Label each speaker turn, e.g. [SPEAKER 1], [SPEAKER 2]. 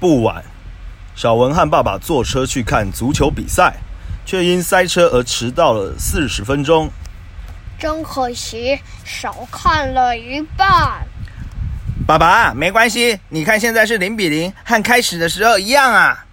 [SPEAKER 1] 不晚，小文和爸爸坐车去看足球比赛，却因塞车而迟到了四十分钟。
[SPEAKER 2] 真可惜，少看了一半。
[SPEAKER 3] 爸爸，没关系，你看现在是零比零，和开始的时候一样啊。